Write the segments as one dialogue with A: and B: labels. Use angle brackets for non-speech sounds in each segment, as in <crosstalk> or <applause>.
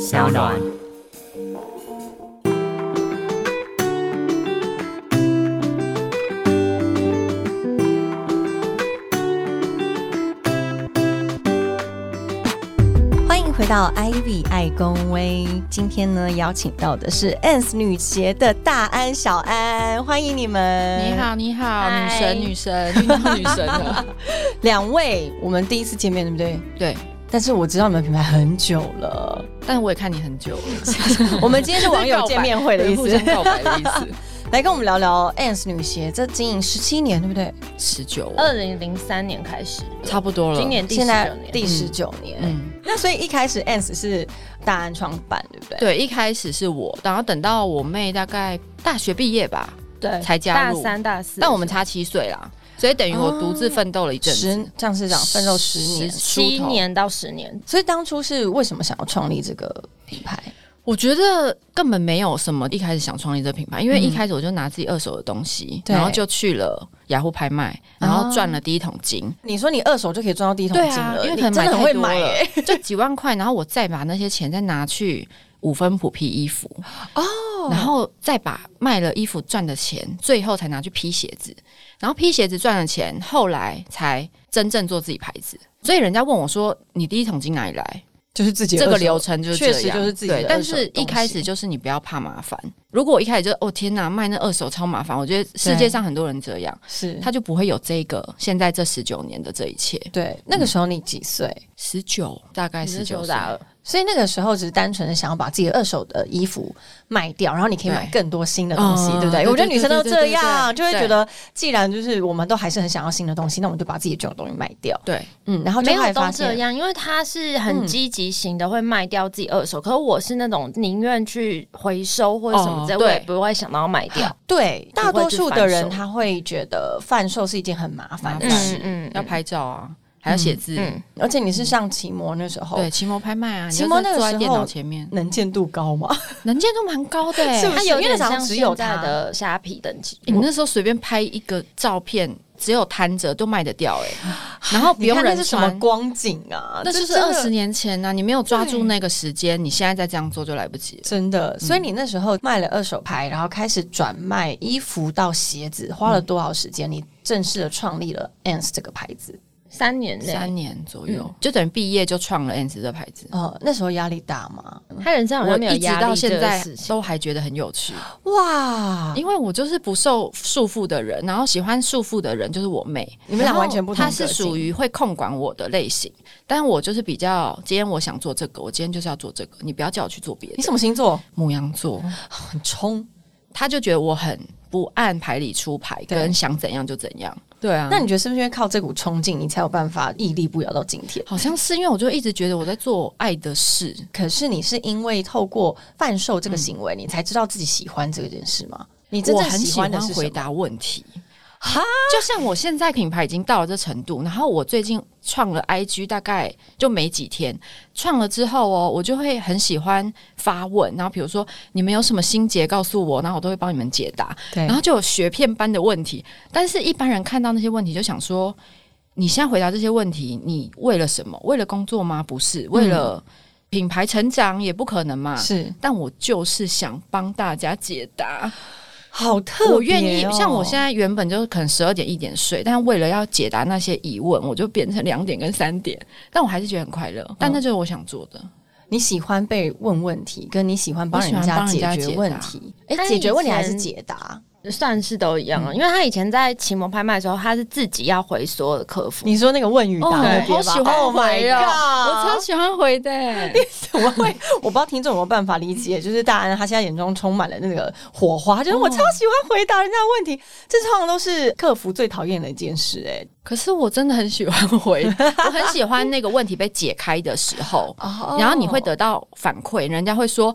A: 小暖。
B: 欢迎回到 Ivy 爱公威，今天呢邀请到的是 ANS 女杰的大安小安，欢迎你们！
C: 你，好，你好，女
A: 嗨
C: 神，女神，运动女神啊
B: <laughs>
C: 了。
B: 两位，我们第一次见面对不对？
C: 对，
B: 但是我知道你们品牌很久了，
C: 但我也看你很久了，
B: 我们今天是网友见面会的意
C: <laughs> 对互相
B: 思，
C: 告白的意思。
B: 来跟我们聊聊 ANS 女鞋，这经营十七年对不对？
C: 持久，
A: 二零零三年开始，
C: 差不多了。
A: 今，年第十
B: 现在
A: 九年。
B: 第十九年，
C: 嗯，
B: 那所以一开始 ANS 是大安创办对不对？
C: 对，一开始是我，然后等到我妹大概大学毕业吧，
A: 对
C: 才加
A: 大
C: 入，
A: 三、大四，
C: 但我们差七岁啦，所以等于我独自奋斗了一阵
B: 哦十
C: 子，
B: 这样是讲奋斗十年，
A: 七
C: 出头
A: 年到十年，
B: 所以当初是为什么想要创立这个品牌？
C: 我觉得根本没有什么一开始想创立这个品牌，因为一开始我就拿自己二手的东西，
B: 嗯对啊
C: 然后就去了雅虎拍卖，然后赚了第一桶金。
B: 你说你二手就可以赚到第一桶
C: 对
B: 金
C: 啊
B: 了，，
C: 因为
B: 你
C: 可能
B: 真的
C: 买
B: 很
C: 太
B: 会
C: 多
B: 买
C: 了
B: 耶、，
C: 就几万块，然后我再把那些钱再拿去五分普批衣服哦，然后再把卖了衣服赚的钱，最后才拿去批鞋子，然后批鞋子赚的钱，后来才真正做自己牌子。所以人家问我说：“你第一桶金哪里来
B: 就是自？”己的
C: 这
B: 二手
C: 个流程就是
B: 确
C: 这
B: 实
C: 样，
B: 就是自己的
C: 对。
B: 二
C: 但
B: 手
C: 是一
B: 东
C: 开
B: 西
C: 始就是你不要怕麻烦。如果我一开始就哦天哪，卖那二手超麻烦，我觉得世界
B: 对
C: 上很多人这样，
B: 是
C: 他就不会有这个现在这十九年的这一切。
B: 对那个时候你几岁？
C: 十九，大概
A: 你是
C: 十九
A: 九
C: 岁
A: 大二，
B: 所以那个时候只是单纯的想要把自己的二手的衣服卖掉，然后你可以买
C: 对
B: 更多新的东西，
C: 嗯
B: 对不对？
C: 对
B: 我觉得女生都
C: 对对
B: 这
C: 对
B: 样，
C: 对对
B: 就会
C: 对
B: 觉得既然就是我们都还是很想要新的东西，那我们就把自己旧的东西卖掉。
C: 对，
B: 嗯，
C: 哦
B: 然后就
A: 没
B: 后来
A: 有
B: 发
A: 都这
B: 现，
A: 样，因为他是
B: 嗯
A: 很积极型的，会卖掉自己二手。可是我是那种宁愿去回收或者什么之类，
C: 哦
A: 我也
C: 对
A: 不会想到要卖掉。
B: 对大多数的人
A: 不会去贩售
B: 他会觉得贩售是一件很麻烦的
C: 嗯
B: 事，
A: 嗯
C: 要拍照啊，还要写字，
A: 嗯，
B: 而且你是上奇摩那时候，
C: 对，奇摩拍卖啊，
B: 奇摩
C: 你就
B: 哦
C: 是
B: 那个时候
C: 坐在电脑前面，
B: 能见度高吗？
C: 能见度蛮高的、
B: <laughs>
C: 欸，
B: 是不
A: 它
B: 是
A: 有
B: 因为
A: 点
B: 那时候
A: 像
B: 只有
A: 现在
B: 它
A: 的虾皮等级。
C: 你那时候随便拍一个照片，只有摊着都卖得掉、欸，然后不
B: 啊你
C: 用
B: 看那
C: 人
B: 是什么
C: 穿。
B: 光景啊？
C: 那
B: 这
C: 就是
B: 真
C: 二
B: 的
C: 十年前呐、你没有抓住那个时间，你现在再这样做就来不及了。
B: 真
C: 嗯
B: 的，所以你那时候卖了二手牌，然后开始转卖衣服到鞋子，花了多少时间？你正式的创立了 ANS 这个牌子。
A: 三年内，
C: 三年左右，
B: 嗯
C: 就等于毕业就创了 ANS 这牌子，
B: 呃，那时候压力大吗？
A: 他人生好
C: 我
A: 像没有
C: 一直
A: 压力
C: 到现
A: 这个
C: 在
A: 事情
C: 都还觉得很有趣。
B: 哇，
C: 因为我就是不受束缚的人，然后喜欢束缚的人就是我妹。
B: 你们俩完全不同
C: 她
B: 个性
C: 是属于会控管我的类型，但我就是比较，今天我想做这个，我今天就是要做这个，你不要叫我去做别
B: 你
C: 的。
B: 什么星嗯座？
C: 母羊座，
B: 很冲。
C: 她就觉得我很不按牌理出牌，
B: 对
C: 跟想怎样就怎样。对啊，
B: 那你觉得是不是因为靠这股冲劲，你才有办法屹立不摇到今天？
C: 好像是因为我就一直觉得我在做爱的事，
B: 可是你是因为透过贩售这个行为，你才知道自己喜欢这件事吗？你真
C: 嗯我
B: 正
C: 很喜
B: 欢
C: 欢
B: 的是什
C: 回
B: 么？
C: 答问题。
B: 哈，
C: 就像我现在品牌已经到了这程度，然后我最近创了 IG，大概就没几天，创了之后哦，我就会很喜欢发问，然后比如说你们有什么心结告诉我，然后我都会帮你们解答，
B: 对
C: 然后就有学片般的问题，但是一般人看到那些问题就想说，你现在回答这些问题，你为了什么？为了工作吗？不是，为了品牌成长也不可能嘛。
B: 嗯是
C: 但我就是想帮大家解答，
B: 好特别、哦。
C: 我愿意，像我现在原本就是可能十二点一点睡，但为了要解答那些疑问，我就变成两点跟三点，但我还是觉得很快乐。但那就是我想做的，
B: 你喜欢被问问题，跟你喜欢帮
C: 我喜
B: 人
C: 欢
B: 家
C: 帮人
B: 解
C: 家
B: 决
C: 解
B: 问
C: 答
B: 题，哎、
A: 他
B: 解
A: 以
B: 决问题还是
A: 前
B: 解答？
A: 算是都一样
C: 嗯
A: 啊，因为他以前在奇摩拍卖的时候，他是自己要回所有的客服，
B: 你说那个问与答，
C: 哦
B: 那边
C: 我好
B: 吧
C: 喜欢
B: Oh my
C: 回哦
B: god！
C: 我超喜欢回的、
B: 怎么会？ <laughs> 我不知道听众有没有办法理解，就是大安他现在眼中充满了那个火花，就是我超喜欢回答人家的问题，这通常都是客服最讨厌的一件事、哎。
C: 可是我真的很喜欢回，我很喜欢那个问题被解开的时候，然后你会得到反馈，人家会说。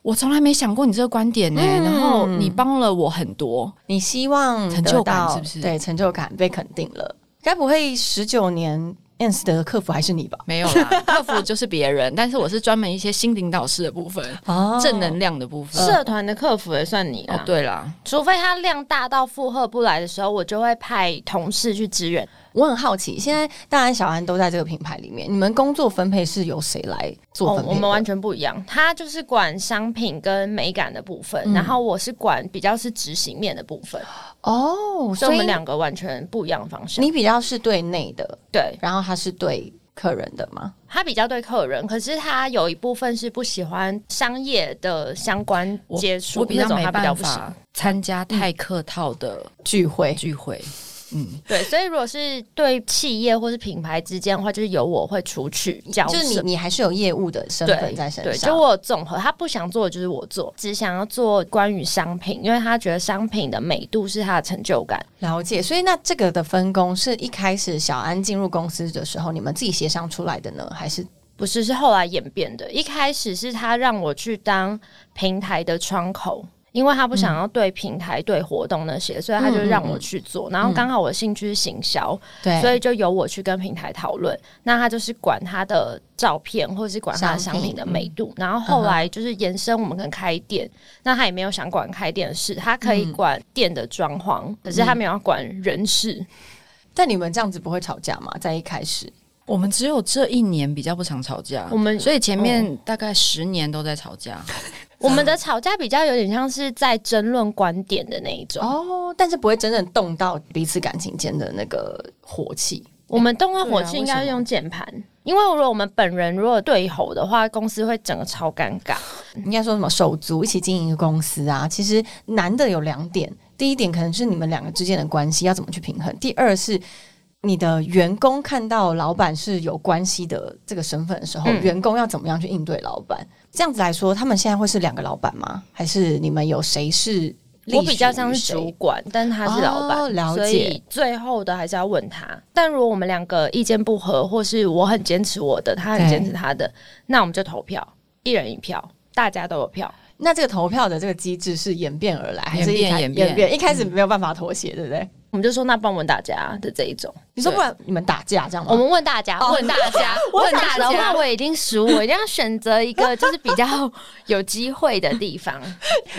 C: 我从来没想过你这个观点呢、
B: 嗯
C: 然后你帮了我很多，
B: 你希望
C: 成
B: 得
C: 就感
B: 到
C: 是不是
B: 对，成就感被肯定了，该不会十九年 ANS 的客服还是你吧？
C: 没有啦，客服就是别人，但是我是专门一些心灵导师的部分，
B: 哦
C: 正能量的部分。
A: 社团的客服也算你啊。
C: 哦哦，，对啦，
A: 除非他量大到负荷不来的时候，我就会派同事去支援。
B: 我很好奇，现在大安、小安都在这个品牌里面，你们工作分配是由谁来做分配
A: 哦我
B: 的？
A: 们完全不一样，他就是管商品跟美感的部分，然后我是管比较是执行面的部分，
B: 哦，
A: 所以
B: 所
A: 我
B: 以
A: 们两个完全不一样的方向。
B: 你比较是对内的，
A: 对
B: 然后他是对客人的吗？
A: 他比较对客人，可是他有一部分是不喜欢商业的相关
C: 我
A: 接触，
C: 我比较
A: 那种
C: 没
A: 他比较
C: 办
A: 不嗯喜欢。
C: 法参加太客套的
B: 聚会
C: 聚会。嗯，
A: 对，所以如果是对企业或是品牌之间的话，就是由我会出去交涉。
B: 就是你，你还是有业务的身
A: 对
B: 份在身
A: 对，
B: 上。
A: 就我综合，他不想做的就是我做，只想要做关于商品，因为他觉得商品的美度是他的成就感。
B: 了解，所以那这个的分工是一开始小安进入公司的时候，你们自己协商出来的呢，还是
A: 不是，是后来演变的。一开始是他让我去当平台的窗口，因为他不
B: 嗯
A: 想要对平台、对活动那些，所以他就让我去
B: 嗯
A: 做。然后刚好我的兴趣是行销，
C: 哎
B: 对
A: 所
B: 所以
A: 以就由我去跟平台讨论。那他就是管他的照片，或者是管他的
B: 商
A: 商品
B: 品
A: 的美度。
C: 嗯
A: 然后后来就是延伸，我们可能开店，那他也没有想管开店的事，他可以管店的装潢，
C: 嗯
A: 可是他没有要管人事。
B: 但你们这样子不会吵架吗？在一开始，
C: 我们只有这一年比较不常吵架，
A: 我们哦
C: 所以前面大概十年都在
A: <laughs>
C: 吵架。
A: 我们的吵架比较有点像是在争论观点的那一种。
B: 哦，但是不会真正动到彼此感情间的那个火气。
A: 我们动画火
C: 对啊
A: 气应该
C: 为
A: 是
C: 什么
A: 用键盘，因为如果我们本人如果对吼的话，公司会整个超尴尬。
B: 应该说什么手足一起经营一个公司啊？其实难的有两点，第一点可能是你们两个之间的关系要怎么去平衡，第二是。你的员工看到老板是有关系的这个身份的时候，
A: 嗯
B: 员工要怎么样去应对老板？这样子来说，他们现在会是两个老板吗？还是你们有谁是隶属于谁？
A: 我比较像是主管，但他是老板，
B: 哦了解
A: 所以最后的还是要问他。但如果我们两个意见不合，或是我很坚持我的，他很
B: 对
A: 坚持他的，那我们就投票，一人一票，大家都有票。
B: 那这个投票的这个机制是演变而来，还是一
C: 演变
B: 开
C: 演变
B: 一开始没有办法妥协，对不对？
A: 我们就说那帮我们大家的这一种，
B: 你说
A: 对
B: 不然你们打架这样吗？
A: 我们问大家，问大家，
B: 我
A: 问
B: 想
A: 大家
B: 说
A: 的哦 <laughs> 话，我一定输，我一定要选择一个 <laughs> 就是比较有机会的地 <laughs> 方。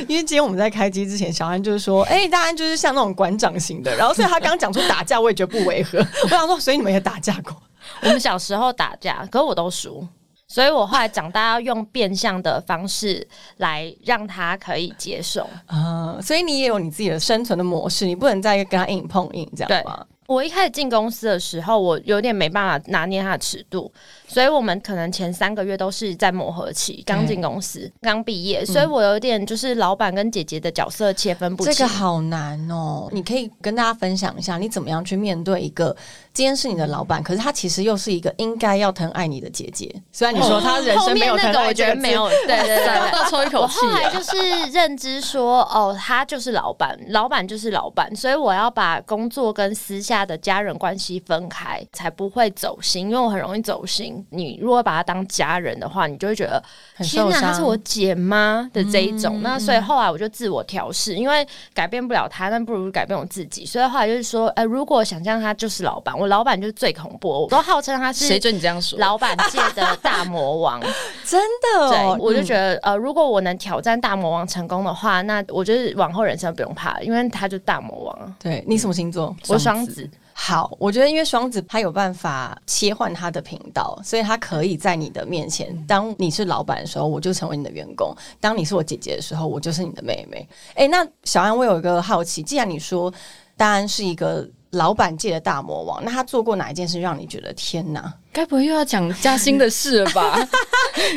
B: 因为今天我们在开机之前，小安就是说，哎、大安就是像那种馆长型的，然后所以他刚讲出打架，我也觉得不违 <laughs> 和。我想说，所以你们也打架过？
A: 我们小时候打架，可我都输，所以我后来长大要用变相的方式来让他可以接受。
B: 啊、所以你也有你自己的生存的模式，你不能再跟他硬碰硬这样吗？
A: 我一开始进公司的时候，我有点没办法拿捏他的尺度，所以我们可能前三个月都是在磨合期，刚
B: 嗯
A: 进公司，刚毕业，所以我有点就是老板跟姐姐的角色切分不
B: 这
A: 清。
B: 个好难哦，你可以跟大家分享一下，你怎么样去面对一个今天是你的老板，可是他其实又是一个应该要疼爱你的姐姐。虽然你说他人生没有
A: 后面
B: 疼
A: 那个，
B: 爱
A: 我
B: 这
A: 觉
B: 个
A: 得
B: 字
A: 没有，对对对对，
B: <laughs>
C: 倒抽一口
A: 我
C: 气
A: 后来
C: 啊
A: 就是认知说，哦，他就是老板，老板就是老板，所以我要把工作跟私下的家人关系分开，才不会走心，因为我很容易走心。你如果把他当家人的话，你就会觉
C: <laughs>
A: 得
B: 很
A: 天
B: 受
A: 哪，
B: 伤
A: 她是我姐吗的这一
C: 嗯
A: 种。那所以后来我就自我调试，因为改变不了她，那不如改变我自己。所以后来就是说，呃，如果想象她就是老板，我老板就是最恐怖，我都号称他
C: 谁
A: 是
C: 准你这样说？
A: 老板界的大魔
C: <laughs>
A: 王。
B: 真的
A: 对
B: 哦，，
A: 我就
B: 嗯
A: 觉得、呃，如果我能挑战大魔王成功的话，那我就是往后人生不用怕了，因为他就大魔王啊。
B: 对你什么星座？
A: 我双子，
B: 好，我觉得因为双子他有办法切换他的频道，所以他可以在你的面前，当你是老板的时候，我就成为你的员工；当你是我姐姐的时候，我就是你的妹妹。诶，那小安，我有一个好奇，既然你说大安是一个老板界的大魔王，那他做过哪一件事让你觉得天哪？
C: 该不会又要讲加薪的事了
A: <laughs>
C: 吧？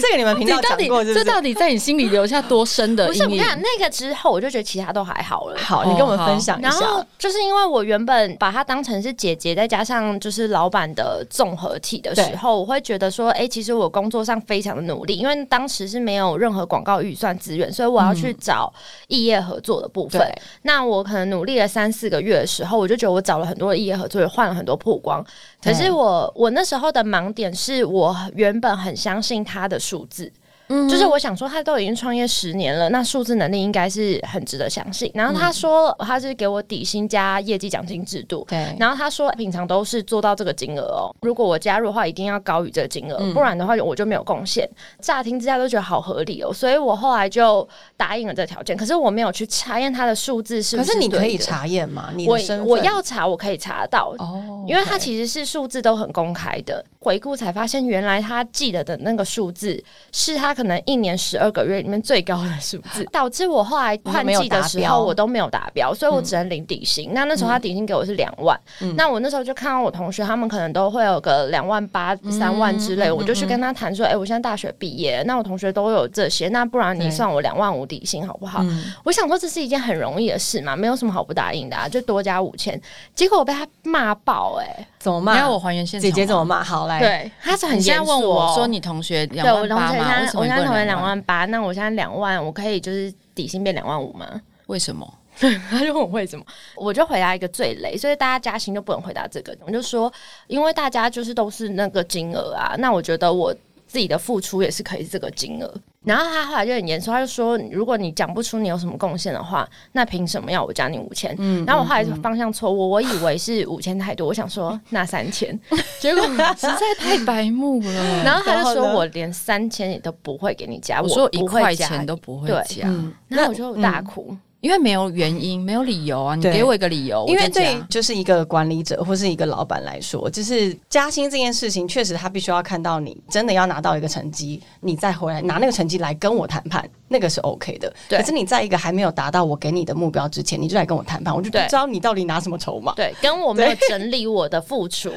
B: 这个你们频道
C: 这到
B: 讲
C: 底
B: 过是不
C: 这
B: 是？
C: 到底在你心里留下多深的
A: 不是我
C: 阴
A: 跟你
C: 影？
A: 讲那个之后，我就觉得其他都还好了。
B: 好，你跟我们分享一
A: 然
B: 下。
A: 后就是因为我原本把她当成是姐姐，再加上就是老板的综合体的时候，我会觉得说，哎、其实我工作上非常的努力，因为当时是没有任何广告预算资源，所以我要去找异业合作的部分。
B: 嗯对，
A: 那我可能努力了三四个月的时候，我就觉得我找了很多的异业合作，也换了很多曝光。可
B: 对
A: 是我我那时候的盲点是我原本很相信他的数字。
C: 嗯
A: 就是我想说，他都已经创业十年了，那数字能力应该是很值得相信。然后他说，他是给我底薪加业绩奖金制度。
B: 对，
A: 然后他说，平常都是做到这个金额哦。如果我加入的话，一定要高于这个金额，
B: 嗯
A: 不然的话我就没有贡献。乍听之下都觉得好合理哦，所以我后来就答应了这条件。可是我没有去查验他的数字是不
B: 可是你
A: 对
B: 可以
A: 的，
B: 查验嘛？你的
A: 我
B: 身份
A: 我要查，我可以查得到。
B: 哦
A: 因为它
B: OK
A: 其实是数字都很公开的，回顾才发现原来他记得的那个数字是他可能一年十二个月里面最高的数字， <laughs> 导致我后来换季的
B: 你都没
A: 时
B: 有达标
A: 候我都没有达标，所以我
C: 嗯
A: 只能领底薪。那那时候他底薪给我是两万，
B: 嗯
A: 那我那时候就看到我同学他们可能都会有个两万八、三
C: 嗯
A: 万之类，我就去跟他谈说，哎、我现在大学毕业，那我同学都有这些，那不然你
B: 对
A: 算我两万五底薪好不好？
B: 嗯
A: 我想说这是一件很容易的事嘛，没有什么好不答应的、啊，就多加五千。结果我被他骂爆哎、
B: 怎么
C: 你
B: 骂
C: 要我还原现场，
B: 姐姐怎么？骂？好来，，
A: 对，他是很
C: 你现在
A: 严肃
C: 问我
A: 哦
C: 说你同学两
A: 对我
C: 万
A: 同学
C: 八
A: 现
C: 吗？
A: 在
C: 为什么
A: 我
C: 你
A: 现在
C: 不能
A: 同学两
C: 两万？
A: 万八，那我现在两万，我可以就是底薪变两万五吗？
C: 为什么？
A: 他就问我为什么，我就回答一个最雷，所以大家加薪就不能回答这个。我就说，因为大家就是都是那个金额啊，那我觉得我自己的付出也是可以是这个金额。然后他后来就很严肃，他就说，如果你讲不出你有什么贡献的话，那凭什么要我加你五千？
C: 嗯
A: 然后我后来就方向错误，我以为是五千太多，我想
C: <laughs>
A: 说那三千，结果。
C: 实在太白目了。
A: <laughs> 然后他就
B: 然后
A: 说：“
B: 呢
A: 我连三千也都不会给你加，
C: 我说一
A: 不会
C: 块
A: 加
C: 钱都不会
A: 对
C: 加，
B: 嗯，
A: 然后我就大哭。
C: 因为没有原因，没有理由啊！你
B: 对
C: 给我一个理由，
B: 因为
C: 我就
B: 对
C: 加，
B: 就是一个管理者或是一个老板来说，就是加薪这件事情，确实他必须要看到你真的要拿到一个成绩，你再回来拿那个成绩来跟我谈判，那个是 OK 的。
A: 对
B: 可是你在一个还没有达到我给你的目标之前，你就来跟我谈判，我就不
A: 对
B: 知道你到底拿什么筹码。
A: 对，跟我没有整理我的付出，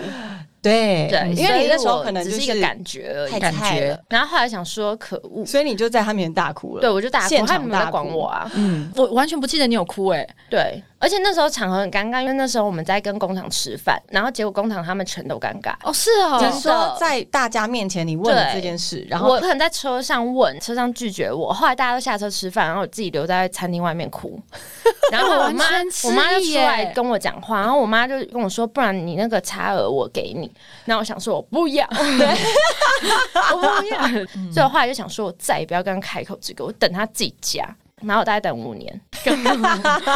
B: 对
A: 对，
B: 因为你那时
A: 嗯所以
B: 候
A: 我
B: 可能就
A: 只是一个感觉而已。
C: 感觉，
A: 然后后来想说，可恶，
B: 所以你就在他面前大哭了。
A: 对我就大哭，
B: 现
A: 他
B: 场
A: 们没有
B: 大哭
A: 在管我啊。
C: 嗯，我完全不记得你有哭哎、
A: 对，而且那时候场合很尴尬，因为那时候我们在跟工厂吃饭，然后结果工厂他们全都尴尬。
C: 哦，是哦
A: 真
B: 只是
A: 的
B: <laughs> 说在大家面前你问了
A: 对
B: 这件事，然
A: 我
B: 后
A: 可能在车上问，车上拒绝我，后来大家都下车吃饭，然后我自己留在餐厅外面
C: <laughs>
A: 哭。然后我妈
C: 完全，失
A: 我妈就
C: 忆
A: 出
C: 耶
A: 来跟我讲话，然后我妈就跟我说：“不然你那个差额我给你。”那我想说，我不要，
C: 嗯
A: <laughs> 我不要。所以我后来就想说，我再也不要跟她开口这个，我等她自己加。然后我大概等五年，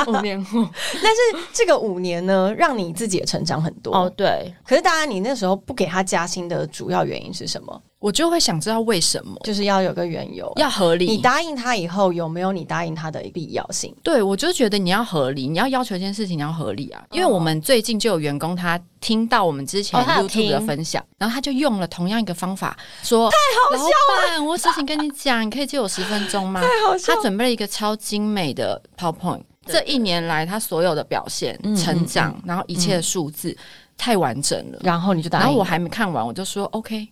A: 五年后
B: 但是这个五年呢，让你自己也成长很多。
A: 哦，对，
B: 可是，当然，你那时候不给他加薪的主要原因是什么？
C: 我就会想知道为什么
B: 就是要有个缘由。啊
C: 要合
B: 你
C: 理。
B: 答应他以后，有没有你答应他的必要性？
C: 对，我就觉得你要合理，你要要求一件事情你要合理啊。因为我们最近就有员工他听到我们之前
A: 哦他有
C: YouTube 的
A: 听
C: 分享，然后他就用了同样一个方法，说太好笑了，老板，我有事情跟你讲，你可以借我十分钟吗？
B: 好
C: 他准备了一个超精美的 PowerPoint，这一年来他所有的表现、成长，然后一切的数字、太完整了。
B: 然后你就答应。
C: 然后我还没看完，我就说 OK，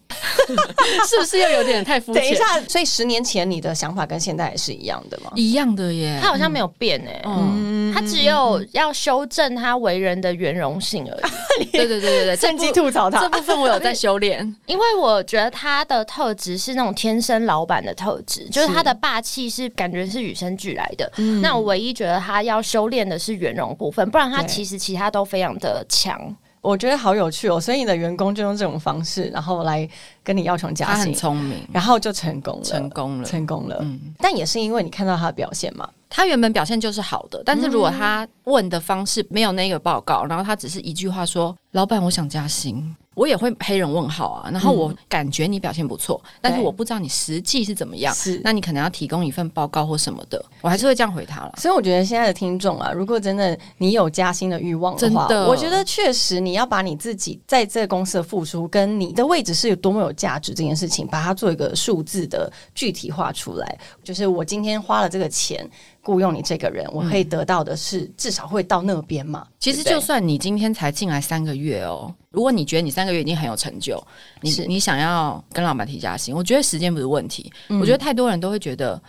C: 是不是又有点太肤
B: 等一
C: 浅？
B: 下，所以十年前你的想法跟现在也是一样
C: <laughs>
B: 的吗？
C: 一样的耶
A: 她。好像没有变哎、
C: 嗯，
A: 她只有要修正她为人的圆融性而已。
C: 对对对对
B: <laughs>
C: 对，这
B: 趁机
C: 部
B: 吐槽
C: 这
B: 他。
C: 部分我有在修炼。
A: 因为我觉得他的特质是那种天生老板的特质，就是他的霸气是感觉是与生俱来的。
B: 嗯
A: 那我唯一觉得他要修炼的是圆融部分，不然他
B: 对
A: 其实其他都非常的强。
B: 我觉得好有趣哦。所以你的员工就用这种方式，然后来跟你要求
C: 他
B: 加
C: 很
B: 薪，
C: 聪明，
B: 然后就成功了，
C: 成功了。
B: 成功了。
C: 嗯，
B: 但也是因为你看到他的表现嘛，
C: 他原本表现就是好的，但是如果他问的方式没有那个报告，然后他只是一句话说：“老板，我想加薪。”我也会黑人问号啊，然后我感觉你表现不错，但是我不知道你实际嗯是怎么样，
B: 是
C: 那你可能要提供一份报告或什么的，我还是会这样回他了。
B: 所以我觉得现在的听众啊，如果真的你有加薪的欲望的话，
C: 真的
B: 我觉得确实你要把你自己在这个公司的付出跟你的位置是有多么有价值这件事情，把它做一个数字的具体化出来。就是我今天花了这个钱雇佣你这个人，我可以得到的是、至少会到那边嘛。
C: 其实
B: 对
C: 就
B: 不对
C: 算你今天才进来三个月哦，如果你觉得你三个月已经很有成就，你
B: 是
C: 你想要跟老板提加薪，我觉得时间不是问题。
B: 嗯
C: 我觉得太多人都会觉得。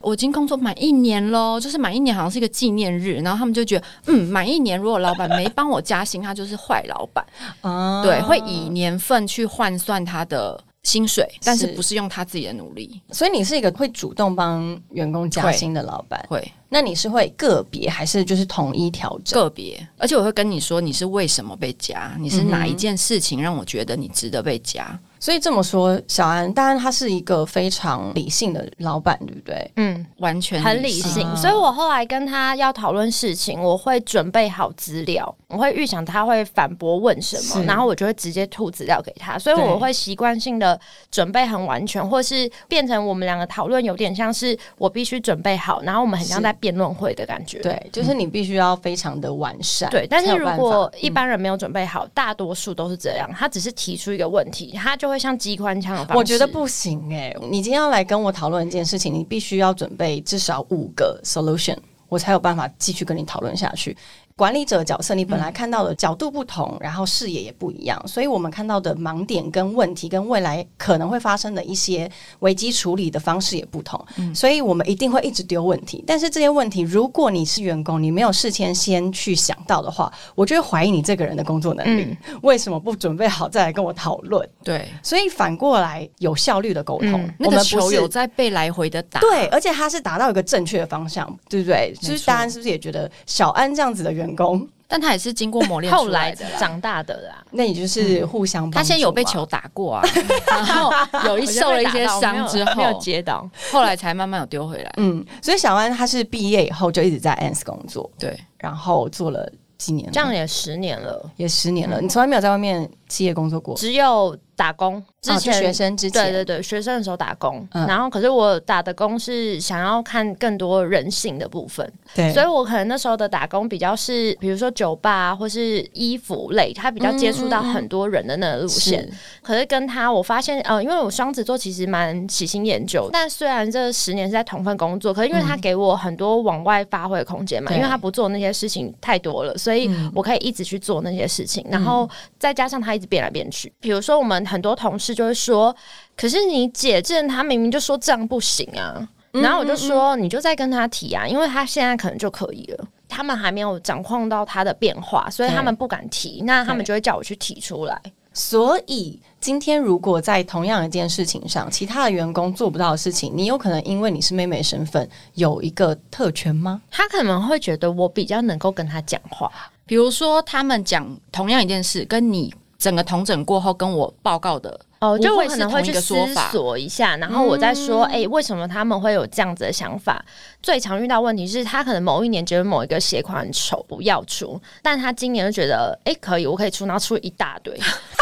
C: 我已经工作满一年喽，就是满一年好像是一个纪念日，然后他们就觉得，嗯，满一年如果老板没帮我加薪，他就是坏老板，
B: 啊
C: 对，会以年份去换算他的薪水，但是
B: 是
C: 不是用他自己的努力，
B: 所以你是一个会主动帮员工加薪的老板，
C: 会
B: 那你是会个别还是就是统一调整？
C: 个别，而且
B: 嗯
C: 我会跟你说你是为什么被加，你是哪一件事情让我觉得你值得被加，
B: 所以这么说，小安当然他是一个非常理性的老板，对不对？
A: 嗯，
C: 完全
A: 很理
C: 性。
A: 性，
B: 啊
A: 所以我后来跟他要讨论事情，我会准备好资料，我会预想他会反驳问什么，
B: 是
A: 然后我就会直接吐资料给他，所以
B: 对
A: 我会习惯性的准备很完全，或是变成我们两个讨论有点像是我必须准备好，然后我们很像
B: 是
A: 在辩论会的感觉。
B: 对，就是你必须要非常的完善。
A: 对，但
B: 才
A: 是
B: 有
A: 如
B: 办
A: 果
B: 法嗯
A: 一般人没有准备好，大多数都是这样。他只是提出一个问题，他就会像机关枪的方式。
B: 我觉得不行哎、你今天要来跟我讨论一件事情，你必须要准备至少五个 solution，我才有办法继续跟你讨论下去。管理者角色，你本来看到的角度不同，然后视野也不一样，所以我们看到的盲点、跟问题、跟未来可能会发生的一些危机处理的方式也不同，
A: 嗯
B: 所以我们一定会一直丢问题。但是这些问题，如果你是员工，你没有事先先去想到的话，我就会怀疑你这个人的工作能力。
A: 嗯
B: 为什么不准备好再来跟我讨论？
C: 对，
B: 所以反过来有效率的沟通，
A: 嗯
B: 我们
C: 那个
B: 不是
C: 球有在被来回的打，
B: 对，而且他是达到一个正确的方向，对不对？
C: 错
B: 就是大安是不是也觉得小安这样子的员工，
C: 但他也是经过
B: <laughs>
C: 磨练
A: 后
C: 出
A: 来
C: 的啦。
A: 长大的啦，
B: 那也就是互相帮助嘛、
C: 他先有被球打
B: <laughs>
C: 过啊，然后
B: 哦
C: 有一受了一些伤之
A: 没有
C: 后，
A: 接到。
C: 后来才慢慢有丢回来。
B: 嗯，所以小安他是毕业以后就一直在 ANS 工作，
C: 对，
B: 然后做了几年了，
A: 这样也十年了，
B: 也十年了。你从来没有在外面企业工作过，
A: 只有打工之
B: 哦就
A: 前、
B: 学生之前，
A: 对对对，学生的时候打工，
B: 嗯
A: 然后可是我打的工是想要看更多人性的部分，
B: 对
A: 所以我可能那时候的打工比较是，比如说酒吧、啊、或是衣服类，它比较接
B: 嗯
A: 触到很多人的那个路线。
B: 是
A: 可是跟他，我发现，呃，因为我双子座其实蛮喜新厌旧，但虽然这十年是在同份工作，可是因为他给我很多往外发挥的空间嘛，
B: 对
A: 因为他不做那些事情太多了，所以我可以一直去做那些事情，然后再加上他一直变来变去，比如说我们很多同事就会说，可是你姐这人她明明就说这样不行啊。然后我就说，你就再跟他提啊，因为他现在可能就可以了。他们还没有掌控到他的变化，所以他们不敢提，那他们就会叫我去提出来。
B: 所以，今天如果在同样一件事情上，其他的员工做不到的事情，你有可能因为你是妹妹身份有一个特权吗？
A: 他可能会觉得我比较能够跟他讲话，
C: 比如说他们讲同样一件事，跟你整个同整过后跟我报告的，
A: 哦，就
C: 不
A: 我
C: 会
A: 可
C: 是
A: 能会
C: 同一
A: 去
C: 个
A: 思
C: 说法
A: 索一下，然后我再说，哎、为什么他们会有这样子的想法？最常遇到问题是他可能某一年觉得某一个鞋款很丑，不要出，但他今年就觉得，哎、可以，我可以出，然后出一大堆，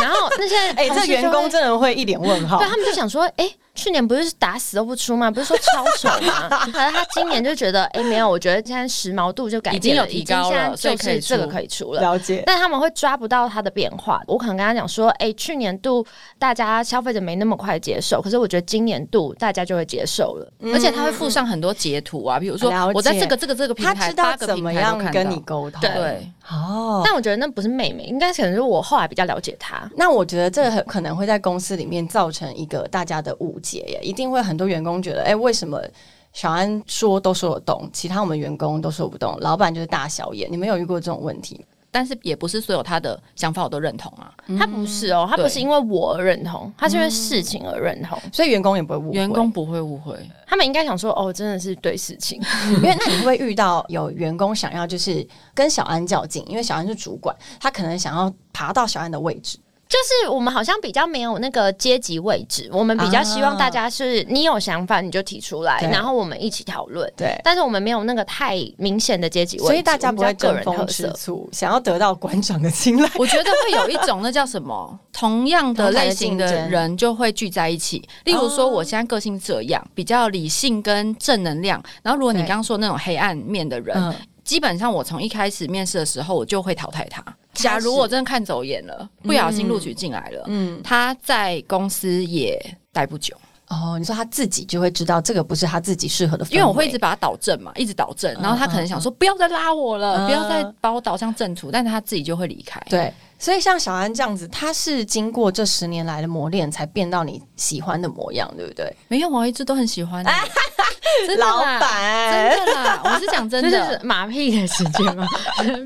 A: 然后那些
B: 哎、
A: 同
B: 这
A: 事就
B: 员工
A: 会
B: 真的会一脸问号
A: 对。他们就想说，哎、去年不是打死都不出吗？不是说超丑吗？可是他今年就觉得，哎、没有，我觉得现在时髦度就改
C: 已经
A: 变
C: 有
A: 了，已
C: 提
A: 经
C: 高
A: 现
C: 了
A: 在
C: 所以
A: 就
C: 可以
A: 是这个
C: 出
A: 可以出了。
B: 了解，
A: 但他们会抓不到它的变化。我可能跟他讲说，哎、去年度大家消费者没那么快接受，可是我觉得今年度大家就会接受了。
B: 嗯
C: 而且他会附上很多截图啊，比如说
B: 了解
C: 我在这个这个这个平
B: 他
C: 台
B: 知
C: 八
B: 道
C: 个
B: 怎
C: 平
B: 么
C: 台都
B: 样
C: 看到
B: 跟你沟通。
C: 对，
B: 哦，
A: 但我觉得那不是妹妹，应该可能是我后来比较了解她。
B: 那我觉得这很可能会在公司里面造成一个大家的误解耶，一定会很多员工觉得，哎、为什么？小安说都说得动，其他我们员工都说不动，老板就是大小眼。你们有遇过这种问题吗？
C: 但是也不是所有他的想法我都认同啊。
B: 嗯
A: 她不是哦，她不
C: 对
A: 是因为我而认同，她是因为事情而认同。
B: 所以员工也不会误会。
C: 员工不会误会，
A: 他们应该想说，哦，真的是对事情。 <laughs>
B: 因为那你会不会遇到有员工想要就是跟小安较劲，因为小安是主管，他可能想要爬到小安的位置。
A: 就是我们好像比较没有那个阶级位置，我们比较希望大家是你有想法你就提出来，
B: 啊对
A: 然后我们一起讨论。
B: 对，
A: 但是我们没有那个太明显的阶级位置，
B: 所以大家
A: 我们
B: 不会
A: 比较
B: 争
A: 个人
B: 风
A: 特
B: 吃
A: 色。
B: 醋，想要得到馆长的青睐。
C: <laughs> 我觉得会有一种那叫
B: <laughs>
C: 什么，同样的类型
B: 同台的
C: 的
B: 竞争
C: 人就会聚在一起。例如说，我现在个性这样，比较理性跟正能量。然后，如果你
B: 对
C: 刚刚说那种黑暗面的人，
B: <laughs> 嗯，
C: 基本上我从一开始面试的时候，我就会淘汰他。
B: 始
C: 假如我真的看走眼了，不小心录取进来了，
B: 嗯
C: 他在公司也待不久，
B: 哦，你说他自己就会知道这个不是他自己适合的氛围，
C: 因为我会一直把他导正嘛，一直导正，然后他可能想说不要再拉我
B: 嗯
C: 了，不要再把我导向正途，但是他自己就会离开。
B: 对。所以像小安这样子，他是经过这十年来的磨练，才变到你喜欢的模样，对不对？
C: 没有啊，我一直都很
B: <laughs>
C: 喜欢你，真的
B: 老
C: 啦，
B: 板，
C: 真的啦，我哎是讲真
A: 这
C: 的
A: 是。马屁的时间
C: <laughs>
A: 吗？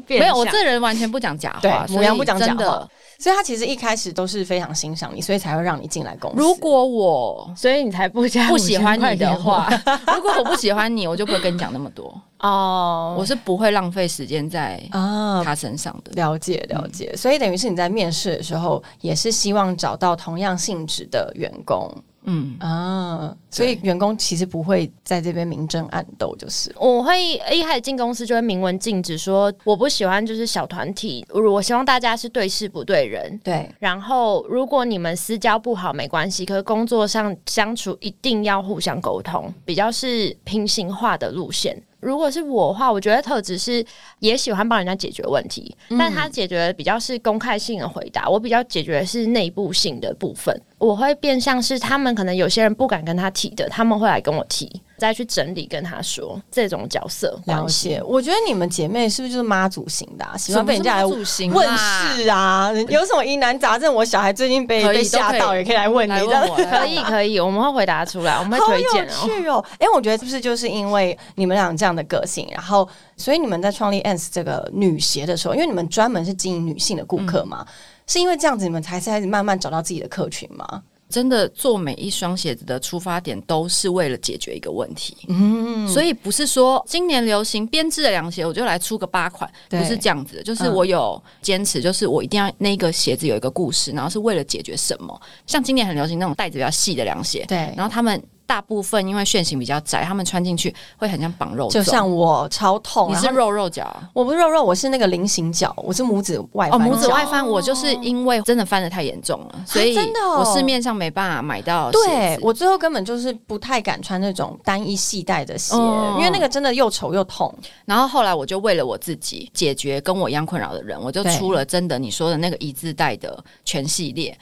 A: 没
C: 没有，我这人完全不讲假
B: 对
C: 话，所
B: 母
C: 以
B: 羊不讲假
C: 真的
B: 话。所以他其实一开始都是非常欣赏你，所以才会让你进来公司。
C: 如果我
A: 所以你才不加
C: 不喜欢你的话
A: 5000块钱，
C: <laughs> 如果我不喜欢你，我就不会跟你讲那么多。
A: 哦，
C: 我是不会浪费时间在
B: 啊，
C: 他身上的。
B: 了解
C: 嗯
B: 了解，所以等于是你在面试的时候，也是希望找到同样性质的员工
C: 嗯，
B: 啊，所以员工其实不会在这边明争暗斗，就是
A: 我会一开始进公司就会明文禁止说我不喜欢就是小团体，我希望大家是对事不对人。
B: 对
A: 然后如果你们私交不好没关系，可是工作上相处一定要互相沟通，比较是平行化的路线。如果是我的话，我觉得特质是也喜欢帮人家解决问题，
B: 嗯
A: 但他解决的比较是公开性的回答，我比较解决的是内部性的部分。我会变相是他们可能有些人不敢跟他提的，他们会来跟我提，再去整理跟他说这种角色
B: 了
A: 关系。
B: 解。我觉得你们姐妹是不是就是妈祖型的、啊，喜欢被人家来
C: 什么是妈祖型啊
B: 问事啊？有什么疑难杂症？我小孩最近被
C: 可以
B: 被吓
C: 都可以
B: 到，也可以来问你
C: 来
B: 这
C: 问
B: 样。
C: 我，啊
A: 可以可以，我们会回答出来，我们
B: 好
A: 会推
B: 有
A: 荐哦。
B: 趣哦！哎、我觉得是不是就是因为你们俩这样的个性，然后所以你们在创立 ANS 这个女鞋的时候，因为你们专门是经营女性的顾客嘛，是因为这样子你们才开始慢慢找到自己的客群吗？
C: 真的做每一双鞋子的出发点都是为了解决一个问题，嗯，所以不是说今年流行编织的凉鞋，我就来出个八款，
B: 对
C: 不是这样子的，就是我有坚持，就是我一定要那个鞋子有一个故事，然后是为了解决什么。像今年很流行那种带子比较细的凉鞋，
B: 对
C: 然后他们大部分因为楦型比较窄，他们穿进去会很像绑肉粽，
B: 就像我超痛，
C: 你是
B: 然后
C: 肉肉脚啊。
B: 我不是肉肉，我是那个菱形脚，我是拇指外
C: 哦，
B: 翻
C: 拇指
B: 脚
C: 外翻，我就是因为真的翻的太严重了，所以
B: 真的哦
C: 我市面上没办法买到鞋
B: 对
C: 子。
B: 我最后根本就是不太敢穿那种单一系带的鞋，
C: 哦
B: 因为那个真的又丑又痛。
C: 然后后来我就为了我自己解决跟我一样困扰的人，我就
B: 对
C: 出了真的你说的那个一字带的全系列，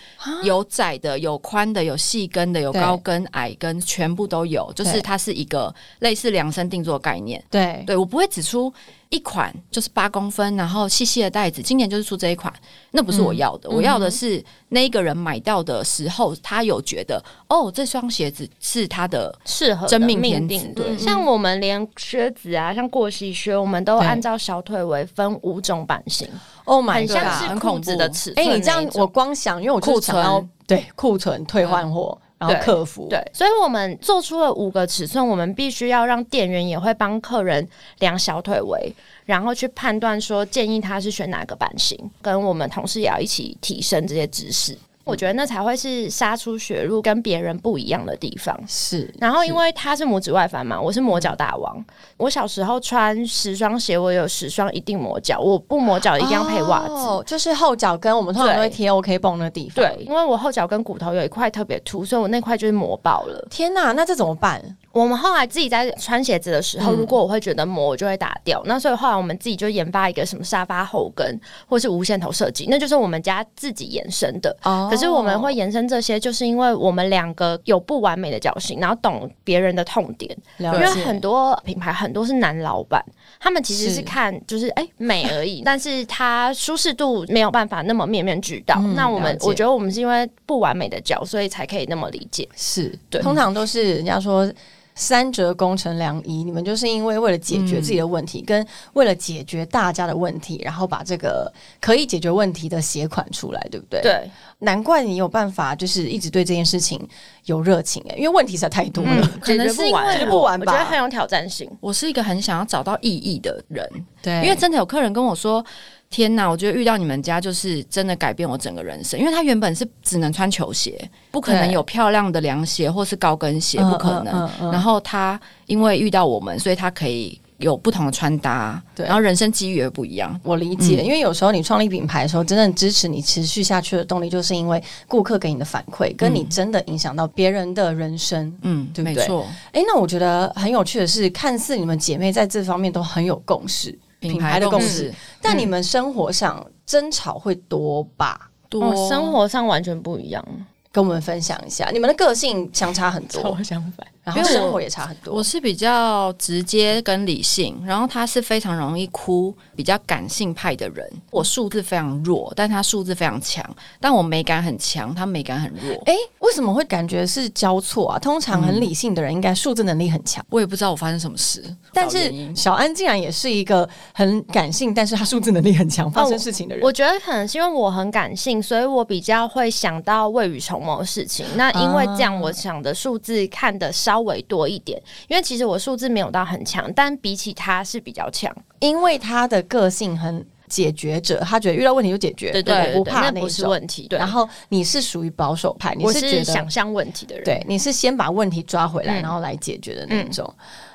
C: 有窄的、有宽的、有细跟的、有
B: 啊对
C: 高跟、矮跟，全部都有。就是
B: 对
C: 它是一个类似量身定做概念。
B: 对
C: 对我不会只出一款，就是八公分，然后细细的带子。今年就是出这一款，那不是我要
B: 嗯
C: 的，我要的是那一个人买到的时候，他有觉得哦，这双鞋子是他的
A: 适合的
C: 真命天
A: 命
C: 子
A: 定
C: 对
A: 对，像我们连靴子啊，像过膝靴，我们都
B: 对
A: 按照小腿围分五种版型，
B: ，Oh my
A: 很
B: god！
A: 像是
C: 很恐
A: 裤
C: 怖
A: 子的尺
B: 哎、
A: 寸那一种。
B: 你这样我光想，因为我就是
C: 库存
B: 想要对库存退换货，然后
A: 对
B: 客服
A: 对，所以我们做出了五个尺寸，我们必须要让店员也会帮客人量小腿围，然后去判断说建议他是选哪个版型，跟我们同事也要一起提升这些知识。我觉得那才会是杀出血路跟别人不一样的地方。
B: 是嗯
A: 然后因为他是拇指外翻嘛，我是磨脚大王。我小时候穿十双鞋，我有十双一定磨脚，我不磨脚一定要配袜子。
B: 哦就是后脚跟我们通常都会贴 OK 绷的地方。
A: 对，，因为我后脚跟骨头有一块特别凸，所以我那块就是磨爆了。
B: 天哪，那这怎么办？
A: 我们后来自己在穿鞋子的时
B: 嗯
A: 候，如果我会觉得磨，我就会打掉。那所以后来我们自己就研发一个什么沙发后跟，或是无线头设计，那就是我们家自己延伸的。
B: 哦
A: 可是我们会延伸这些，就是因为我们两个有不完美的脚型，然后懂别人的痛点，
B: 了
A: 因
B: 解
A: 为很多品牌很多是男老板，他们其实
B: 是
A: 是看就是哎、美而已， <laughs> 但是他舒适度没有办法那么面面俱到。
B: 嗯
A: 那我们
B: 了解
A: 我觉得我们是因为不完美的脚，所以才可以那么理解。
B: 是
A: 对
B: 通常都是人家说。三折肱成良医，你们就是因为为了解决自己的问题，跟为了解决大家的问题，然后把这个可以解决问题的鞋款出来，对不对？，
A: 对，
B: 难怪你有办法，就是一直对这件事情有热情、欸，因为问题实在太多了。
A: 嗯，
C: 可能
A: 解决
C: 是因为
A: 完
B: 解决不完
A: 我
B: 吧
A: 觉得很有挑战性。
C: 我是一个很想要找到意义的人，
B: 对
C: 因为真的有客人跟我说：“天哪，我觉得遇到你们家就是真的改变我整个人生。”因为他原本是只能穿球鞋，不可能
B: 对
C: 有漂亮的凉鞋或是高跟鞋，
B: 嗯
C: 不可能。
B: 嗯嗯嗯
C: 然后他因为遇到我们，所以他可以有不同的穿搭，
B: 对
C: 然后人生机遇也不一样。
B: 我理
C: 嗯
B: 解，因为有时候你创立品牌的时候，真正支持你持续下去的动力，就是因为顾客给你的反馈，跟你真的影响到别人的人生。
C: 嗯，
B: 对不
C: 没
B: 对
C: 错，
B: 诶，那我觉得很有趣的是，看似你们姐妹在这方面都很有共
C: 嗯
B: 识，品牌的
C: 共
B: 共识，但你们生活上争吵会多吧？
C: 多、
A: 我哦生活上完全不一样，
B: 跟我们分享一下，你们的个性相差很多，
A: 相反。
B: 然后
C: 因为我
B: 生活也差很多
C: 我。是比较直接跟理性，然后他是非常容易哭、比较感性派的人。我数字非常弱，但他数字非常强。但我美感很强，他美感很弱。
B: 诶，哎为什么会感觉是交错啊？通常
C: 嗯
B: 很理性的人应该数字能力很强，
C: 我也不知道我发生什么事，
B: 但
C: 找原因
B: 是小安竟然也是一个很感性，但是他数字能力很强，发生事情的人。
A: 我觉得可能是因为我很感性，所以我比较会想到未雨绸缪的事情。那因为这样，我想的数字看得稍稍微多一点，因为其实我数字没有到很强，但比起他是比较强。
B: 因为他的个性很解决者，他觉得遇到问题就解决，
A: 对对
B: 我
A: 对
B: 不怕
A: 对，
B: 那
A: 那
B: 种。
A: 不是问题。对，
B: 然后你是属于保守派，你
A: 我
B: 觉
A: 是
B: 得
A: 想象问题的人。
B: 对，你是先把问题抓回来，
A: 嗯
B: 然后来解决的那种。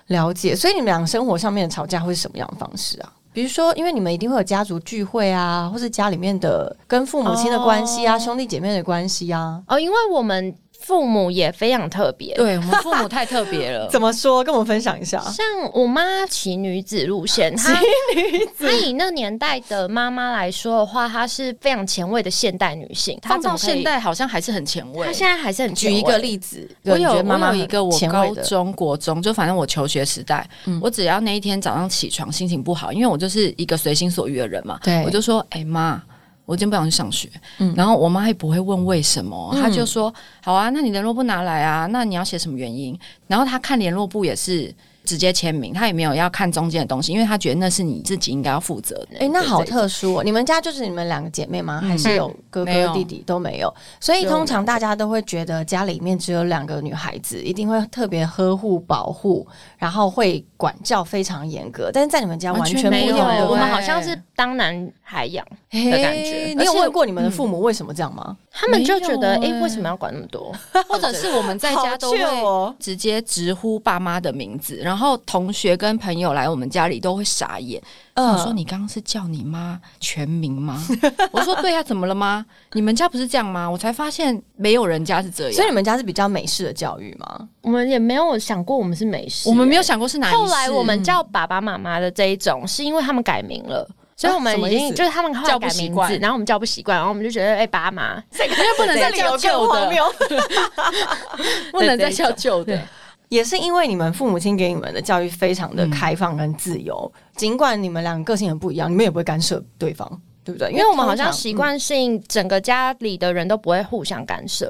B: 了解，所以你们俩生活上面的吵架会是什么样的方式啊？比如说，因为你们一定会有家族聚会啊，或是家里面的跟父母亲的关系啊、
A: 哦
B: 兄弟姐妹的关系啊，
A: 哦，因为我们父母也非常特别，
C: 对我们父母太特别 <laughs> 了，
B: 怎么说？跟我们分享一下。
A: 像我妈骑女子路线，她她以那年代的妈妈来说的话，她是非常前卫的现代女性。她
C: 放
A: 怎
C: 到
A: 么可以
C: 现，在好像还是很前卫
A: 她。现在还是很
B: 举
A: 前
B: 一个
A: 卫，
B: 例子，
C: 我有
B: 你觉得妈妈
C: 我有一个我
B: 前
C: 高
B: 卫的嗯
C: 中国中就反正我求学时代，我只要那一天早上起床心情不好，因为我就是一个随心所欲的人嘛，
B: 对嗯
C: 我就说哎妈、我今天不想去上学，然后我妈也不会问为什么，她就说好啊，那你联络簿拿来啊，那你要写什么原因？然后她看联络簿也是直接签名，她也没有要看中间的东西，因为她觉得那是你自己应该要负责的。
B: 哎、那好
C: 对嗯
B: 特殊哦！你们家就是你们两个姐妹吗？还是有哥
C: 没
B: 哥
C: 有
B: 弟弟都没有？所以
A: 有
B: 通常大家都会觉得家里面只有两个女孩子，一定会特别呵护保护，然后会管教非常严格。但是在你们家完
C: 完全
B: 全不
A: 没
B: 一
A: 有
B: 样，
C: 没
A: 欸，
B: 对不
A: 我
B: 对
A: 们好像是当男孩养，的感觉
C: 嘿
B: 你有
C: 而且嗯
B: 问过你们的父母为什么这样吗？
A: 他们就觉得，哎、
C: 没有欸
A: 为什么要管那么多？
C: 或者是我们在家都
B: 好 chill
C: 会
B: 哦
C: 直接直呼爸妈的名字，然后同学跟朋友来我们家里都会傻眼。
B: 嗯
C: 我说你刚刚是叫你妈全名吗？ <laughs> 我说对呀、啊怎么了吗？你们家不是这样吗？我才发现没有人家是这
B: 所以
C: 样，
B: 你们家是比较美式的教育吗？
A: 我们也没有想过我们是美食、
C: 我们没有
A: 欸。
C: 想过是哪一世。
A: 后来我
C: <laughs>
A: 们叫爸爸妈妈的这一种，是因为他们改名了。所以我
B: 啊
A: 们
B: 什么意
A: 已
B: 思
A: 经、就是他们后来
C: 叫不
A: 改
C: 习
A: 名字
C: 惯，
A: 然后我们叫不习惯，然后我们就觉得哎、爸妈，
C: 因为不能再叫旧的， <laughs> 不能再叫旧的。
B: 也是因为你们父母亲给你们的教育非常的开放跟自由，尽管你们两个个性很不一样，你们也不会干涉对方，对不对？
A: 因为我们好
B: 通
A: 像
B: 常
A: 习惯性整个家里的人都不会互相干涉，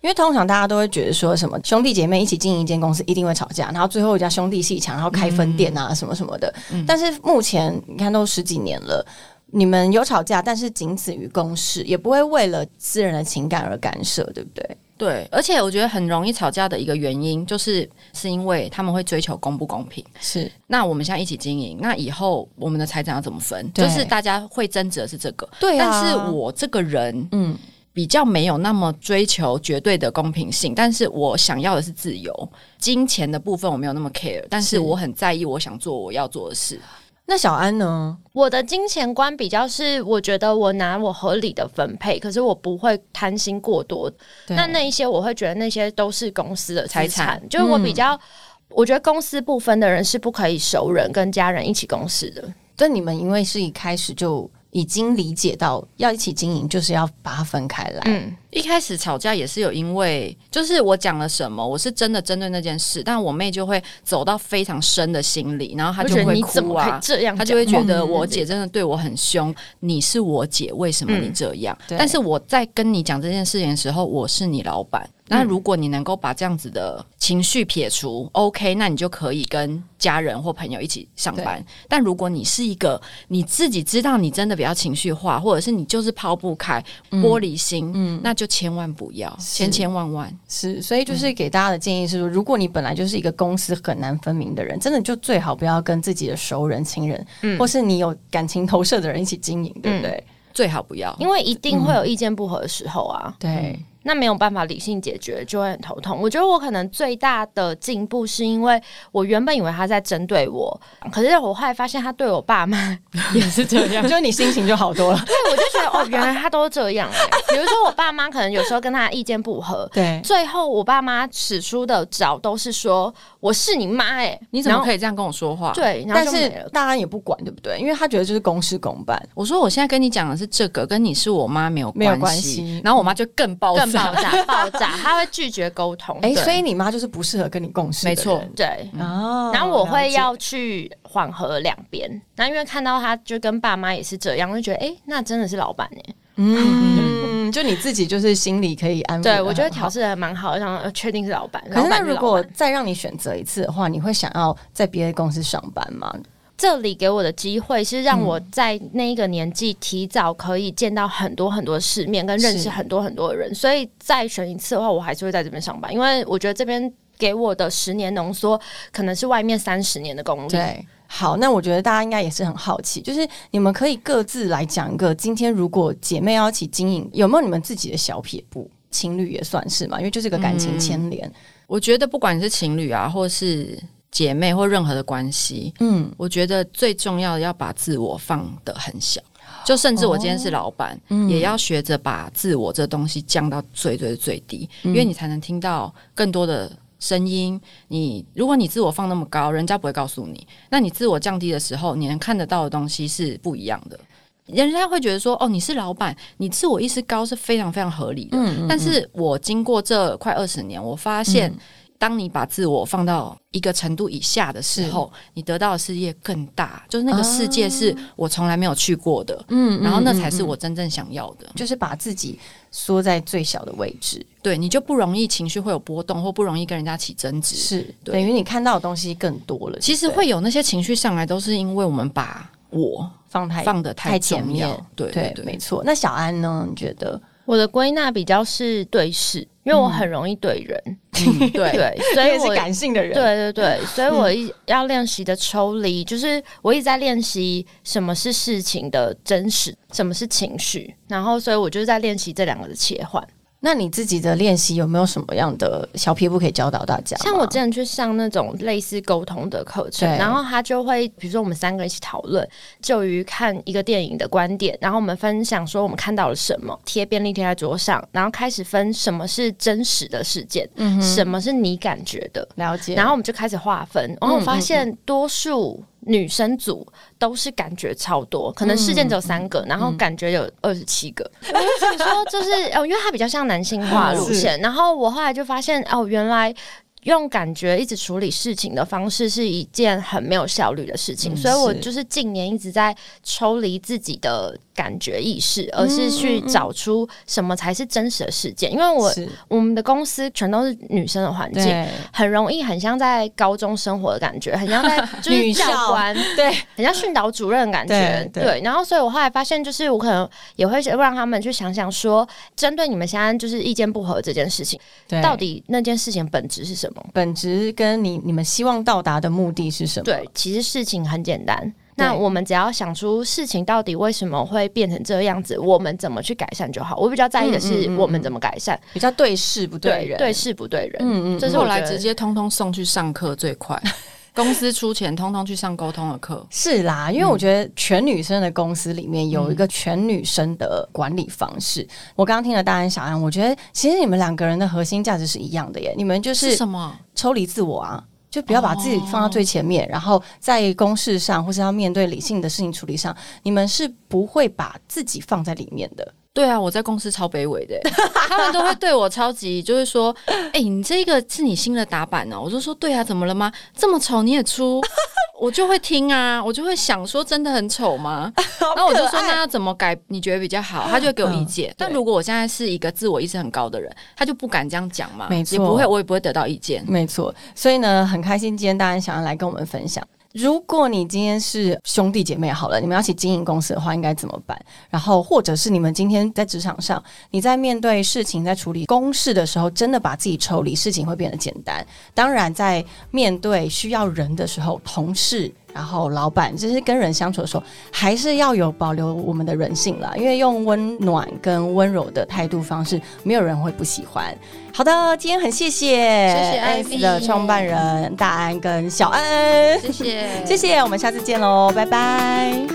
B: 因为通常大家都会觉得说什么兄弟姐妹一起经营一间公司一定会吵架，然后最后一家兄弟戏强，然后开分店啊什么什么的。但是目前你看都十几年了，你们有吵架，但是仅此于公事，也不会为了私人的情感而干涉，对不对？
C: 对，而且我觉得很容易吵架的一个原因，就是是因为他们会追求公不公平。
B: 是
C: 那我们现在一起经营，那以后我们的财产要怎么分？
B: 对
C: 就是大家会争执的是这个，
B: 对啊
C: 但是我这个人
B: 嗯，
C: 比较没有那么追求绝对的公平性，但是我想要的是自由，金钱的部分我没有那么 care，但
B: 是
C: 是我很在意我想做我要做的事。
B: 那小安呢？
A: 我的金钱观比较是，我觉得我拿我合理的分配，可是我不会贪心过多。
B: 对
A: 那那一些我会觉得那些都是公司的财
C: 财
A: 产，就是我比
C: 嗯
A: 较。我觉得公私不分的人是不可以熟人跟家人一起共事的。
B: 但你们因为是一开始就已经理解到要一起经营，就是要把它分开来。
A: 嗯，
C: 一开始吵架也是有因为，就是我讲了什么，我是真的针对那件事，但我妹就会走到非常深的心里，然后她
A: 我
C: 就
A: 觉得
C: 会
A: 你怎
C: 哭
A: 么可以
C: 啊，
A: 这样讲话？
C: 他就会觉得我姐真的对我很凶，你是我姐，为什
A: 嗯
C: 么你这样？
B: 对
C: 但是我在跟你讲这件事情的时候，我是你老板。那
A: 嗯
C: 如果你能够把这样子的情绪撇除，OK，那你就可以跟家人或朋友一起上班。但如果你是一个你自己知道你真的比较情绪化，或者是你就是抛不开、
A: 嗯
C: 玻璃心，那就千万不要，
B: 是
C: 千千万万。
B: 是，所以就是给大家的建议是说，如果你本来就是一个公私很难分明的人，真的就最好不要跟自己的熟人、亲人，
A: 嗯
B: 或是你有感情投射的人一起经营，对不对？
C: 最好不要，
A: 因为一定会有意见不合的时候啊。
C: 嗯
B: 对，
A: 那没有办法理性解决，就会很头痛。我觉得我可能最大的进步是因为我原本以为他在针对我，可是我后来发现他对我爸妈 <laughs> 也是这
C: <laughs>
A: 样。
B: 就你心情就好多
A: <laughs>
B: 了。
A: 对，我就觉得哦，原来他都这样、欸。比如说我爸妈可能有时候跟他意见不合，
B: 对，
A: 最后我爸妈使出的招都是说我是你妈哎、
C: 你怎么
A: 以？
C: 可以这样跟我说话？
A: 对，
B: <laughs>
A: 然
B: 但
A: 后就是没了。
B: 大家也不管，对不对？因为他觉得就是公事公办，
C: 我说我现在跟你讲的是这个，跟你是我妈没有
B: 没有关
C: 关
B: 系
C: 然后我妈就更爆
A: <laughs> 更
C: 炸
A: 爆，炸，爆炸，他会拒绝沟通。
B: 哎、
A: 对
B: 所以你妈就是不适合跟你共事的
C: <laughs> 没
B: 人，
C: 错
A: 对，
B: 哦
A: 然后我会
B: 了
A: 要去缓和两边，那因为看到他就跟爸妈也是这样，就觉得哎、诶那真的是老板哎、
B: 解嗯，就你自己就是心里可以安慰。
A: 对我觉得调。试的蛮嗯好，然后呃确定是老板。
B: 可是
A: 老
B: 那
A: 板
B: 如
A: 老
B: 果
A: 板
B: 再让你选择一次的话，你会想要在别的公司上班吗？
A: 这里给我的机会是让
B: 嗯
A: 我在那一个年纪提早可以见到很多很多世面，跟认
B: 是
A: 识很多很多人，所以再选一次的话，我还是会在这边上班，因为我觉得这边。给我的十年浓缩，可能是外面三十年的功力。
B: 对，好，那我觉得大家应该也是很好奇，就是你们可以各自来讲一个，今天如果姐妹要一起经营，有没有你们自己的小撇步？情侣也算是嘛，因为就是个感情牵连。
C: 我觉得不管是情侣啊，或是姐妹或任何的关系，
B: 嗯，
C: 我觉得最重要的要把自我放得很小。就甚至我今天是老板，也要学着把自我这东西降到最最最低，因为你才能听到更多的声音。你如果你自我放那么高，人家不会告诉你。那你自我降低的时候，你能看得到的东西是不一样的。人家会觉得说，哦，你是老板，你自我意识高是非常非常合理的。但是我经过这快二十年，我发现，当你把自我放到一个程度以下的时候，你得到的世界更大，就是那个世界是我从来没有去过的。
B: 嗯
C: 然后那才是我真正想要的。
B: 就是把自己缩在最小的位置，
C: 对，你就不容易情绪会有波动，或不容易跟人家起争执。
B: 是
C: 对
B: 等于你看到的东西更多了。
C: 其实
B: 对不对
C: 会有那些情绪上来，都是因为我们把我
B: 放太
C: 放的
B: 太前
C: 重
B: 面
C: 要。对
B: 对，没
C: 对，
B: 错。那小安呢？你觉得？
A: 我的归纳比较是对事，因为我很容易对人，
C: 嗯对，
B: <laughs>
A: 对，所
B: 你
A: 以
B: 也是
A: 我
B: 感性的人，嗯
A: 对对对，所以我一要练习的抽离，就是我一直在练习什么是事情的真实，什么是情绪，然后所以我就是在练习这两个的切换。
B: 那你自己的练习有没有什么样的小撇步可以教导大家吗？
A: 像我之前去上那种类似沟通的课程，
B: 对
A: 然后他就会，比如说我们三个一起讨论，就于看一个电影的观点，然后我们分享说我们看到了什么，贴便利贴在桌上，然后开始分什么是真实的事件，什么是你感觉的，
B: 了解，
A: 然后我们就开始划分，然后我
B: 嗯
A: 发现多数女生组都是感觉超多，可能事件
B: 嗯
A: 只有三个，然后感觉有二十七个。 <laughs> 我就觉得说，就是哦，因为它比较像男性化
B: 嗯
A: 路线。然后我后来就发现，哦，原来。用感觉一直处理事情的方式是一件很没有效率的事情，
B: 嗯
A: 所以我
B: 是
A: 就是近年一直在抽离自己的感觉意识，而
B: 嗯
A: 是去找出什么才是真实的事件。因为我
B: 是
A: 我们的公司全都是女生的环境，
B: 对
A: 很容易很像在高中生活的感觉，很
B: <laughs>
A: 像在就
B: 女
A: 是
B: 校
A: 教官，
B: <laughs> 对，
A: 很像训导主任的感觉。
B: 对对
A: 然后所以我后来发现，就是我可能也会让他们去想想说，针对你们现在就是意见不合这件事情，
B: 对
A: 到底那件事情本质是什么？
B: 本质跟你你们希望到达的目的是什么？
A: 对，其实事情很简单。那
B: 对
A: 我们只要想出事情到底为什么会变成这样子，我们怎么去改善就好。我比较在意的是
B: 嗯嗯嗯
A: 我们怎么改善，
B: 比较对事不对人，
A: 对事不对人。
B: 嗯嗯
A: 这是
C: 后
A: 我觉
C: 来
A: 得
C: 直接通通送去上课
B: <laughs>
C: 最快，公司出钱通通去上沟通的课。
B: 是啦，因为我觉得全女生的公司里面有一个全女生的管理方式。我刚刚听了大安小安，我觉得其实你们两个人的核心价值是一样的耶，你们就是
C: 什么？
B: 抽离自我啊，就不要把自己放到最前面，然后在公事上或是要面对理性的事情处理上，你们是不会把自己放在里面的。
C: 对啊，我在公司超卑微的欸、他们都会对我超级，就是说，哎、你这个是你新的打版哦、我就说，对啊，怎么了吗？这么丑你也出，我就会听啊，我就会想说，真的很丑
B: <laughs>
C: 吗？然后我就说，那要怎么改？你觉得比较好？他就会给我意见。
B: 嗯
C: 但如果我现在是一个自我意识很高的人，他就不敢这样讲嘛，
B: 没错
C: 也不会，我也不会得到意见。
B: 没错，所以呢，很开心今天大安想要来跟我们分享。如果你今天是兄弟姐妹好了，你们要一起经营公司的话，应该怎么办？然后，或者是你们今天在职场上，你在面对事情、在处理公事的时候，真的把自己抽离，事情会变得简单。当然，在面对需要人的时候，同事。然后，老板就是跟人相处的时候，还是要有保留我们的人性啦，因为用温暖跟温柔的态度方式，没有人会不喜欢。好的，今天很谢谢
C: 谢
B: S
C: Ivy
B: 的创办人大安跟小安，
C: 谢谢，
B: 谢谢，我们下次见喽，拜拜。